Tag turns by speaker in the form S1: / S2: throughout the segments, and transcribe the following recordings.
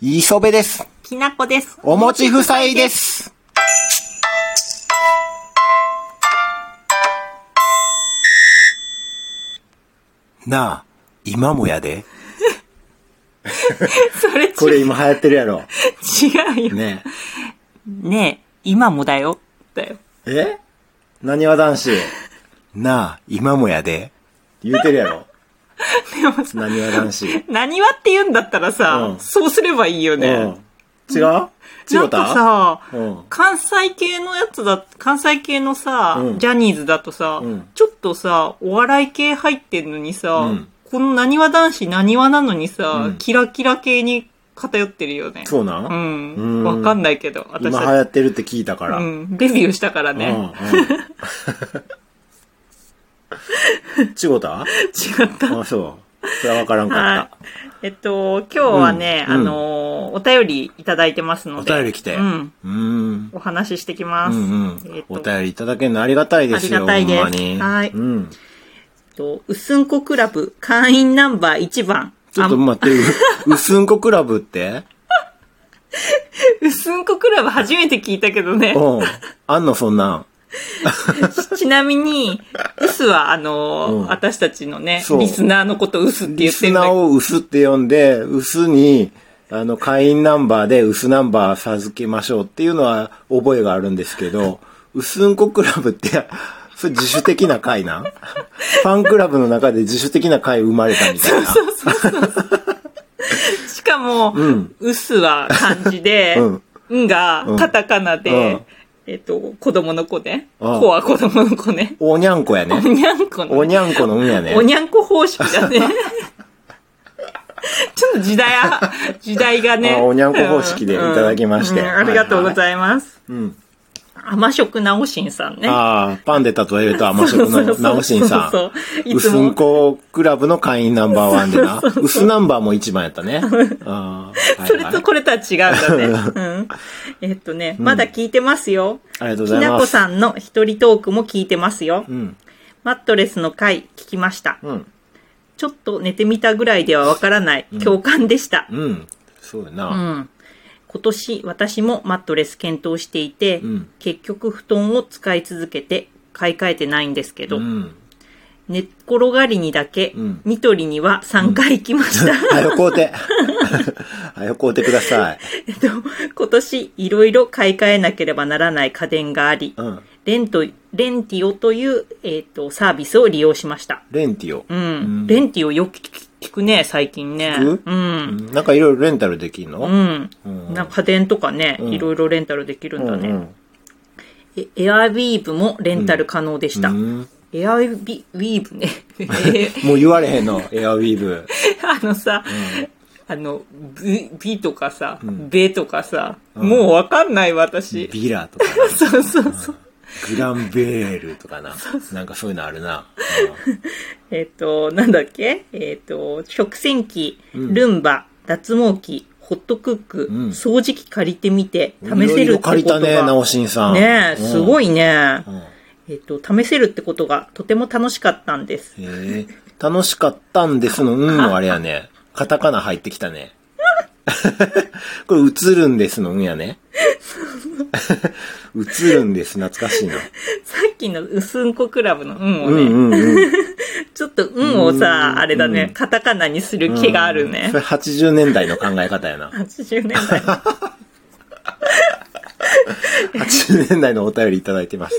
S1: 磯部です。
S2: きなこです。
S1: おもち夫妻です。なあ、今もやで。
S2: それ違
S3: これ今流行ってるやろ。
S2: うよ。ね
S3: ね
S2: え、今もだよ。だよ。
S3: え。えなにわ男子
S1: なあ、今もやで。
S3: 言うてるや ろ。
S2: でもさ、
S3: なにわ男子。
S2: 何はって言うんだったらさ、
S3: うん
S2: そうすればいいよ
S3: うん。
S2: ね。
S3: 違う違
S2: な
S3: うん
S2: か
S3: た
S2: さ、
S3: うん
S2: 関西系のやつだ、関西系のさ、
S3: うん
S2: ジャニーズだとさ、
S3: うん
S2: ちょっとさ、お笑い系入ってんのにさ、
S3: うん
S2: このなにわ男子なにわなのにさ、
S3: うん
S2: キラキラ系に偏ってるよね。
S3: そう
S2: う
S3: なん
S2: う。
S3: うんん
S2: わかんないけど、私
S3: 今流行
S2: たち。
S3: ってるって聞いたから。
S2: う
S3: うん
S2: ん、デビューしたからね。
S3: うん。ちごた
S2: 違った。
S3: あ、そう。それはわからんかっ
S2: はい。えっと、今日はね、
S3: うん
S2: あのー、お便りいただいてますので。
S3: お便り来て
S2: うん。
S3: た。うーん。
S2: お話ししてきます。
S3: うん
S2: え
S3: うん
S2: っ。
S3: お
S2: と、
S3: 便りいただけるのありがたいですよ。
S2: ありがたいです
S3: ほんまに。
S2: はい
S3: うん。
S2: えっとうすんこクラブ会員ナンバー1番。
S3: ちょっと
S2: あ
S3: 待って、ううすんこクラブ って
S2: うすんこクラブ初めて聞いたけどね。
S3: うん。あんの、そんなん。
S2: ちなみに、うすは、あのー
S3: うん
S2: 私たちのね
S3: そ、う
S2: リスナーのことうすって言
S3: リ
S2: って
S3: ス
S2: るんだ
S3: ナ
S2: け
S3: ー
S2: ど。
S3: を薄って呼んで、薄に、あの、会員ナンバーで薄ナンバー授けましょうっていうのは覚えがあるんですけど、 薄んこクラブって、 それ自主的な会 なんファンクラブの中で自主的な会生まれたみたいな。
S2: しかも、
S3: ん
S2: うす、は漢字で、
S3: うんん、
S2: がカタカナで、
S3: うん
S2: えっと、子供の子ね。
S3: うん
S2: 子は子供の子ね。
S3: おにゃんこや
S2: お
S3: ね。
S2: にゃんこの
S3: おにゃんこのうんやね
S2: お。にゃんこ方式だね。 ちょっと時代は、時代がね。
S3: あおにゃんこ方式でいただきまして
S2: うんうんありがとうございます。
S3: うん。
S2: 甘食なおしんさんね。
S3: ああ、パンで例えると甘食
S2: そうそう
S3: の
S2: そう
S3: 直しんさ
S2: そうそうい
S3: ん。
S2: つ
S3: 薄
S2: も
S3: んこクラブの会員ナンバーワンでな。薄ナンバーも一番やった ね。ああ、はい
S2: それ
S3: はい
S2: とこれとは違 うんだね。うん、えっとね、まだ聞いてますよ。
S3: ありがとうござ
S2: き
S3: い
S2: な
S3: ま
S2: こ
S3: す。
S2: さんの一人トークも聞いてますよ。
S3: うん。
S2: マットレスの回聞きました。
S3: うん。
S2: ちょっと寝てみたぐらいではわからない共感でした。
S3: うん。そうや
S2: う
S3: な。
S2: ん。今年私もマットレス検討していて、
S3: うん
S2: 結局布団を使い続けて買い替えてないんですけど、
S3: うん。
S2: 寝っ転がりにだけ、
S3: うん
S2: ニトリには3回行きました。
S3: はよ買う て。はよ買うてください。
S2: えっと、今年いろいろ買い替えなければならない家電があり、
S3: うん。
S2: レント、レンティオという、えっと、サービスを利用しました。
S3: レンティオ。
S2: うん。レンティオよく聞くね、最近ね。
S3: 聞く
S2: うん。
S3: なんかいろいろレンタルできんの
S2: うん。
S3: うん
S2: なんか家電とかね、
S3: ん
S2: いろいろレンタルできるんだね。
S3: うん
S2: えエアウィーブもレンタル可能でした。
S3: うん
S2: エアウィウィーブね。え
S3: もう言われへんの、エアウィーブ。
S2: あのさ、あの、V、B とかさ、ベとかさ、もうわかんない私。
S3: ビラとかな、
S2: そうそうそう。
S3: グランベールとかな。なんかそういうのあるな。
S2: えっ、と、なんだっけえっ、と、食洗機、ルンバ、脱毛器、ホットクック、
S3: ん
S2: 掃除機借りてみて、試
S3: いろ
S2: せ
S3: い
S2: るって
S3: ろ
S2: ことが。
S3: 借りたね、直しんさん。
S2: ねえ、すご
S3: い。
S2: いね。
S3: うん
S2: えっと、試せるってことがとても楽しかったんです。
S3: へえ楽しかったんですの、うんのあれやね。カタカナ入ってきたね。 これ映るんですの、うんや ね。映るんです、懐かしいな。
S2: さっきのうすんこクラブの運を
S3: う
S2: ね、
S3: んうんうん。
S2: ちょっと運をさ、あれだね、カタカナにする気があるね
S3: そ。れ80年代の考え方やな。
S2: 80年代。
S3: 80年代のお便りいただいてます。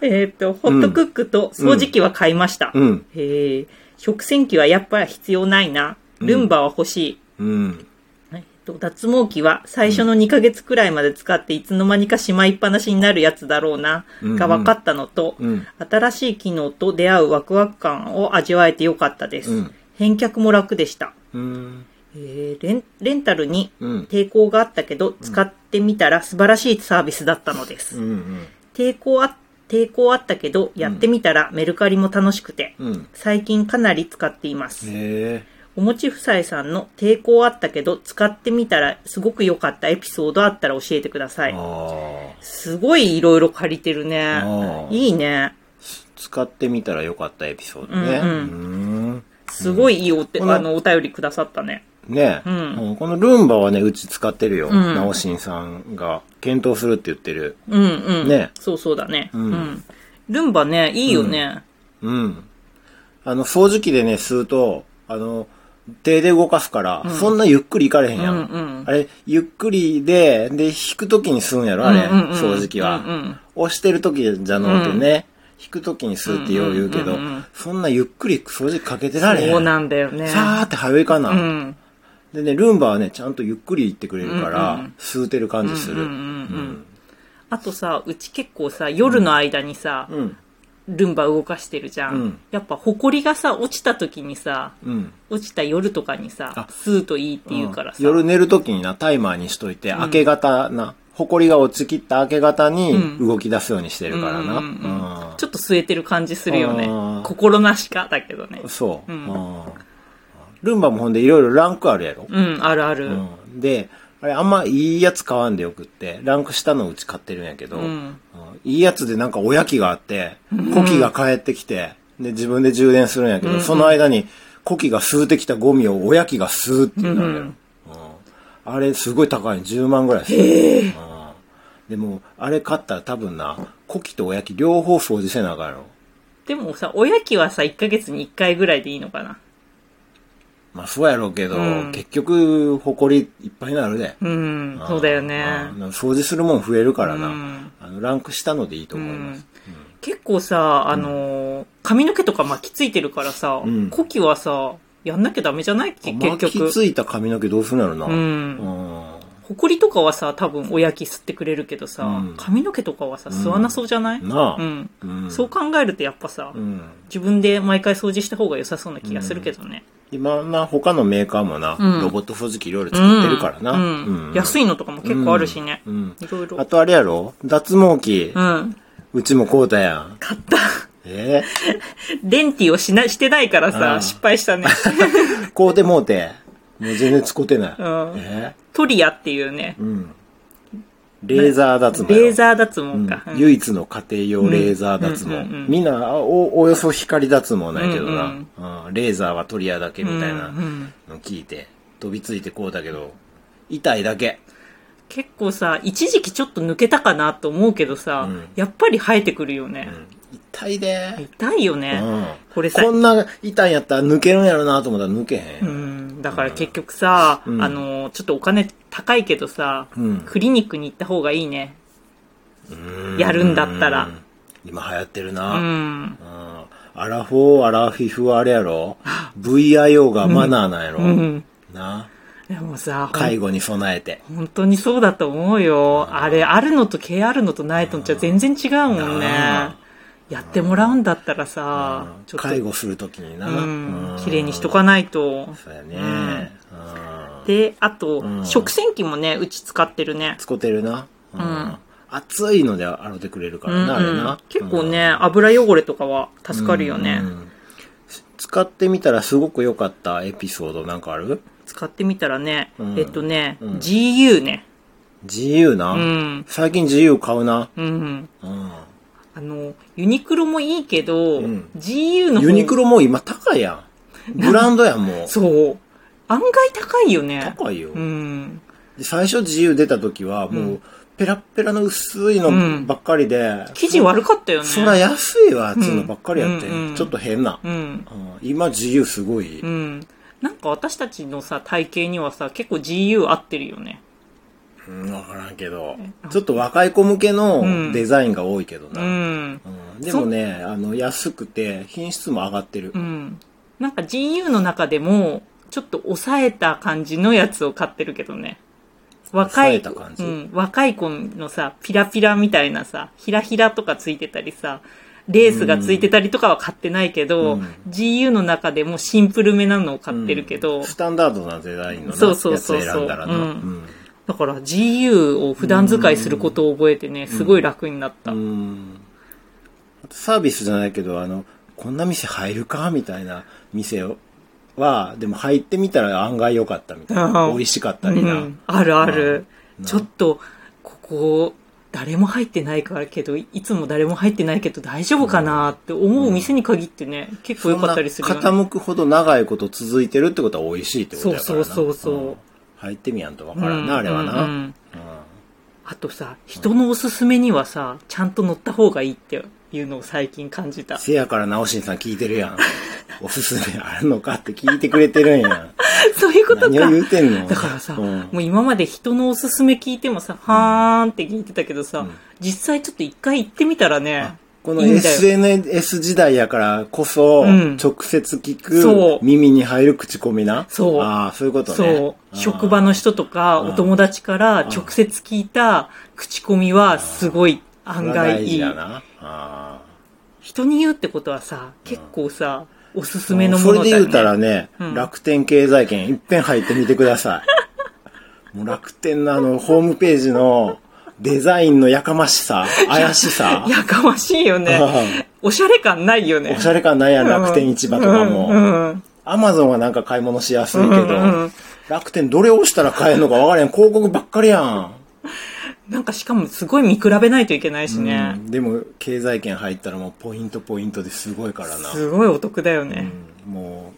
S2: えっと、ホットクックと掃除機は買いました。
S3: うん
S2: へえ食洗機はやっぱ必要ないな。ルンバは欲しい。
S3: うん。
S2: えっと脱毛器は最初の2ヶ月くらいまで使っていつの間にかしまいっぱなしになるやつだろうな、
S3: ん
S2: が分かったのと、
S3: うん
S2: 新しい機能と出会うワクワク感を味わえてよかったです。
S3: うん
S2: 返却も楽でした。
S3: うん。
S2: えーレンレンタルに
S3: うん
S2: 抵抗があったけど、使ってみたら素晴らしいサービスだったのです。
S3: うん
S2: 抵抗あ抵抗あったけど、やってみたらメルカリも楽しくて、
S3: うん。うん。
S2: 最近かなり使っています。
S3: へえ。
S2: おもち夫妻さんの抵抗あったけど使ってみたらすごく良かったエピソードあったら教えてください。
S3: ああ。
S2: すごいいろいろ借りてるね
S3: あ。ー
S2: いいね。
S3: 使ってみたらよかったエピソードね。
S2: うん
S3: うん
S2: すごいいいお手、
S3: うん
S2: あの、お便りくださったね。
S3: ね、
S2: うん
S3: もうこのルンバはね、うち使ってるよ。
S2: ん
S3: なおしんさんが検討するって言ってる。
S2: うんうん。
S3: ね
S2: そうそうだね。うん。ルンバね、いいよね。
S3: うん。あの、掃除機でね、吸うと、あの、手で動かすから、そんなゆっくりいかれへんやん。
S2: うんうん
S3: あれ、ゆっくりで、で、引くときに吸うんやろ、あれ、
S2: うんうんうん
S3: 掃除機は。
S2: うんうん
S3: 押してるときじゃのうてね、引くときに吸うってよう言うけど、
S2: うんうんうんうん
S3: そんなゆっくり掃除機かけてられへん。
S2: そうなんだよね。
S3: さーって早いかな、
S2: うん。
S3: でね、ルンバはね、ちゃんとゆっくり行ってくれるから、
S2: うんう
S3: 吸うてる感じする。
S2: うんうんうんうんあとさ、うち結構さ、夜の間にさ、
S3: うん。
S2: ルンバ動かしてるじゃん。
S3: うん
S2: やっぱ、埃がさ、落ちた時にさ、
S3: うん。
S2: 落ちた夜とかにさ
S3: あ、
S2: 吸うといいって言うからさ。
S3: 夜寝るときにな、タイマーにしといて、明け方な、埃が落ちきった明け方に
S2: うん
S3: 動き出すようにしてるからな。
S2: うんうんうん
S3: うん
S2: ちょっと吸えてる感じするよね
S3: うん。
S2: 心なしかだけどね。
S3: そう、
S2: うん
S3: うんルンバもほんでいろいろランクあるやろ、
S2: うん、あるある。
S3: うんで、あれあんまいいやつ買わんでよくって、ランク下のうち買ってるんやけど、
S2: うん
S3: うんいいやつでなんかおやきがあって、コキが帰ってきて、で、自分で充電するんやけど、その間にコキが吸うてきたゴミをおやきが吸うってなるやろ、うんあれすごい高いの、10万ぐらいする。うんでも、あれ買ったら多分な、コキとおやき両方掃除せなあかんやろ。
S2: でもさ、おやきはさ、1ヶ月に1回ぐらいでいいのかな。
S3: まあそうやろうけど、
S2: うん
S3: 結局、埃いっぱいになるで。
S2: うん、そうだよね。
S3: うん掃除するもん増えるからな。
S2: うん
S3: あの、ランクしたのでいいと思い
S2: うん
S3: ます。
S2: 結構さ、あのー髪の毛とか巻きついてるからさ、
S3: ん
S2: コキはさ、やんなきゃダメじゃないけ結
S3: 巻き
S2: 局。
S3: ついた髪の毛どうするんだろうな。
S2: うん
S3: うん
S2: ほこりとかはさ、多分おやき吸ってくれるけどさ、
S3: うん
S2: 髪の毛とかはさ、吸わなそうじゃない、うん
S3: なあ。うん
S2: そう考えるとやっぱさ、
S3: うん
S2: 自分で毎回掃除した方が良さそうな気がするけどね。
S3: 今な、他のメーカーもな、
S2: うん
S3: ロボット掃除機いろいろ
S2: うん
S3: 作ってるからな。
S2: うん安
S3: い
S2: いのとかも結構あるしね。
S3: うん。
S2: いろいろ。
S3: あとあれやろ脱毛器、
S2: う。
S3: うんちもこうたやん。
S2: 買った。
S3: え
S2: レンティをしな、してないから
S3: う
S2: さ、
S3: ん
S2: 失敗し たね。
S3: えこうてもうて。もう全然使うてない。
S2: うん
S3: え
S2: トリアっていうね
S3: え、うん。レーザー脱毛やろ。
S2: レーザー脱毛か。
S3: うん唯一の家庭用レーザー脱毛、
S2: うんうんうんうん
S3: みんなあおおよそ光脱毛なんやけどな、
S2: う
S3: うんんレーザーはトリアだけみたいな
S2: うんうん
S3: の聞いて飛びついてこうだけど痛いだけ
S2: 結構さ、一時期ちょっと抜けたかなと思うけどさ、
S3: うん
S2: やっぱり生えてくるよね。
S3: 痛いで、
S2: 痛いよ
S3: う
S2: ね。
S3: ん、
S2: これさ、
S3: こんな痛いんやったら抜けるんやろなと思ったら抜けへん、
S2: うん、だから結局さ、
S3: うん
S2: あの、ちょっとお金高いけどさ、
S3: うん
S2: クリニックに行った方がいいね。やるんだったら
S3: うん今流行ってる
S2: う
S3: な、う
S2: ん。
S3: んアラフォーアラフィフはあれやろ VIO がマナーなんやろ、
S2: うん。
S3: な
S2: でもさ、ほん
S3: 介護に備えて
S2: 本当にそうだと思うよ。あれ、あるのと毛あるのとないのじゃ全然違うもんね
S3: な。
S2: やってもらうんだったらさ、ちょっと、
S3: 介護するときにな、
S2: うん
S3: う、ん
S2: 綺麗にしとかないと。
S3: そうや
S2: うん
S3: ね。うん。
S2: で、あと、
S3: うん
S2: 食洗機もね、うち使ってるね。。
S3: 使ってるな。うん熱いので洗ってくれるか
S2: うんう
S3: ら
S2: ん
S3: な、あれな。
S2: 結
S3: う
S2: 構
S3: ん、
S2: ね、油汚れとかは助かるよね。
S3: うん使ってみたらすごく良かったエピソードなんかある
S2: 使ってみたらね、
S3: うん
S2: えっとね、
S3: うん
S2: GU ね。
S3: 自由
S2: う
S3: な。
S2: ん。
S3: 最近自由買うな。
S2: うん。
S3: うん。
S2: あの、ユニクロもいいけど、
S3: うん
S2: GU の方
S3: ユニクロもう今高いやん。ブランドやん、もう。
S2: そう。案外高いよね。
S3: 高いよ
S2: う。ん。
S3: で最初自由出た時は、もう、ペラッペラの薄いのばっかりで。
S2: 生地悪かったよね。
S3: そら安いわ、つうのばっかりやって
S2: うんうん。
S3: ちょっと変な。
S2: うん。
S3: うん今自由すごい、
S2: うん。なんか私たちのさ、体型にはさ、結構 GU 合ってるよね。
S3: うん、分からんけどちょっと若い子向け
S2: うん
S3: のデザインが多いけど
S2: う
S3: な、うん
S2: ん。
S3: でもねあの安くて品質も上がってる、
S2: うん。なんか GU の中でも、ちょっと抑えた感じのやつを買ってるけどね。若
S3: 抑
S2: い、
S3: えた感じ
S2: うん、若い子のさ、ピラピラみたいなさ、ひらひらとかついてたりさ、レースがついてたりとかは買ってないけど、
S3: うん
S2: GU の中でもシンプルめなのを買ってるけど、
S3: スタンダードなデザインのな
S2: そうそうそうそう
S3: やつ選んだらな、
S2: う
S3: うんん
S2: だから GU を普段使いすることを覚えてね、すごい楽になった。
S3: うんあとサービスじゃないけどあのこんな店入るかみたいな店はでも入ってみたら案外良かったみたい
S2: あ
S3: な
S2: ー
S3: 美味しかったりな、
S2: うん、あるある、
S3: うん
S2: ちょっとここ誰も入ってないからけど、いつも誰も入ってないけど大丈夫かなって思う店に限ってね、結構良かったりするよね。
S3: そんな傾くほど長いこと続いてるってことは美味しいってことだからな
S2: そうそうそうそうん
S3: 入ってみやんとわからんな、あれはな、
S2: うんうんうんあとさ、人のおすすめにはさ、ちゃんと乗った方がいいっていうのを最近感じた。
S3: せやから直しんさん聞いてるやん おすすめあるのかって聞いてくれてるんや
S2: そういうことか。
S3: 何を言うてんの
S2: だからさ、
S3: うん
S2: もう今まで人のおすすめ聞いてもさ、はーんって聞いてたけどさ、実際ちょっと一回行ってみたらね、
S3: この
S2: いいんだよ
S3: SNS 時代やからこそ、
S2: うん
S3: 直接聞
S2: そう
S3: く耳に入る口コミな
S2: そう
S3: ああそういうことね
S2: そう、
S3: あー
S2: 職場の人とか
S3: うん
S2: お友達から直接聞いた口コミはすごい案
S3: それは
S2: 外いい
S3: 大事。やなあー
S2: 人に言うってことはさ、結構さ、おすすめの
S3: そ
S2: もの
S3: れ
S2: だ
S3: で
S2: よ
S3: 言
S2: ね。
S3: うたらね、
S2: ん
S3: 楽天経済圏いっぺん入ってみてくださ い。もう楽天のあの、ホームページのデザインのやかましさ、怪しさ、
S2: やかましいよね。おしゃれ感ないよね。
S3: おしゃれ感ないやん、楽天市場とか
S2: う
S3: も。
S2: んうん
S3: アマゾンはなんか買い物しやすいけ
S2: うんうんう
S3: ど
S2: ん、
S3: 楽天どれ押したら買えるのか分からへん。広告ばっかりやん。
S2: なんかしかもすごい見比べないといけないし
S3: う
S2: ね。
S3: んでも、経済圏入ったらもうポイントポイントですごいからな。
S2: すごいお得だよね。
S3: うんも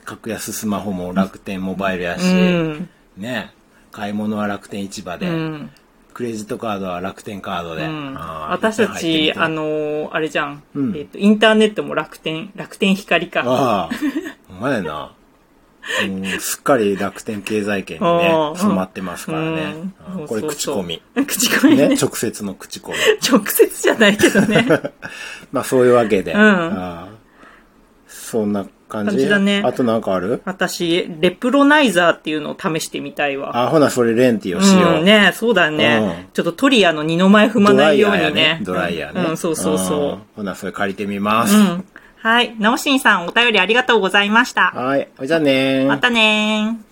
S3: う、格安スマホも楽天モバイルやし
S2: う、ん。
S3: ね買い物は楽天市場で、
S2: うん。
S3: クレジットカードは楽天カードで、
S2: うん
S3: あー
S2: 私たち、あ
S3: 入ってみて
S2: のー、あれじゃん。
S3: うん
S2: えっと、インターネットも楽天、楽天光か。
S3: ああお前なもうすっかり楽天経済圏に
S2: あ
S3: ね
S2: ー
S3: 染まってますからね
S2: うん
S3: あー
S2: そう
S3: これ
S2: そう
S3: 口
S2: そう
S3: コミ
S2: 口コミ
S3: ね
S2: ね。
S3: 直接の口コミ
S2: 直接じゃないけど ね。
S3: まあそういうわけで、
S2: うん
S3: あーそんな感じ
S2: 感じだね
S3: あとなんかある
S2: 私、レプロナイザーっていうのを試してみたいわ。
S3: あほなそれレンティをしよう、
S2: うん、ねそうだね、
S3: うん
S2: ちょっとトリアの二の前踏まないようにね。
S3: ドライヤーやねドライヤーね、
S2: うん、そうそうそ
S3: んほなそれ借りてみます、
S2: う。うん。はい。なおしんさん、お便りありがとうございました。
S3: はいじゃあねー
S2: またねー。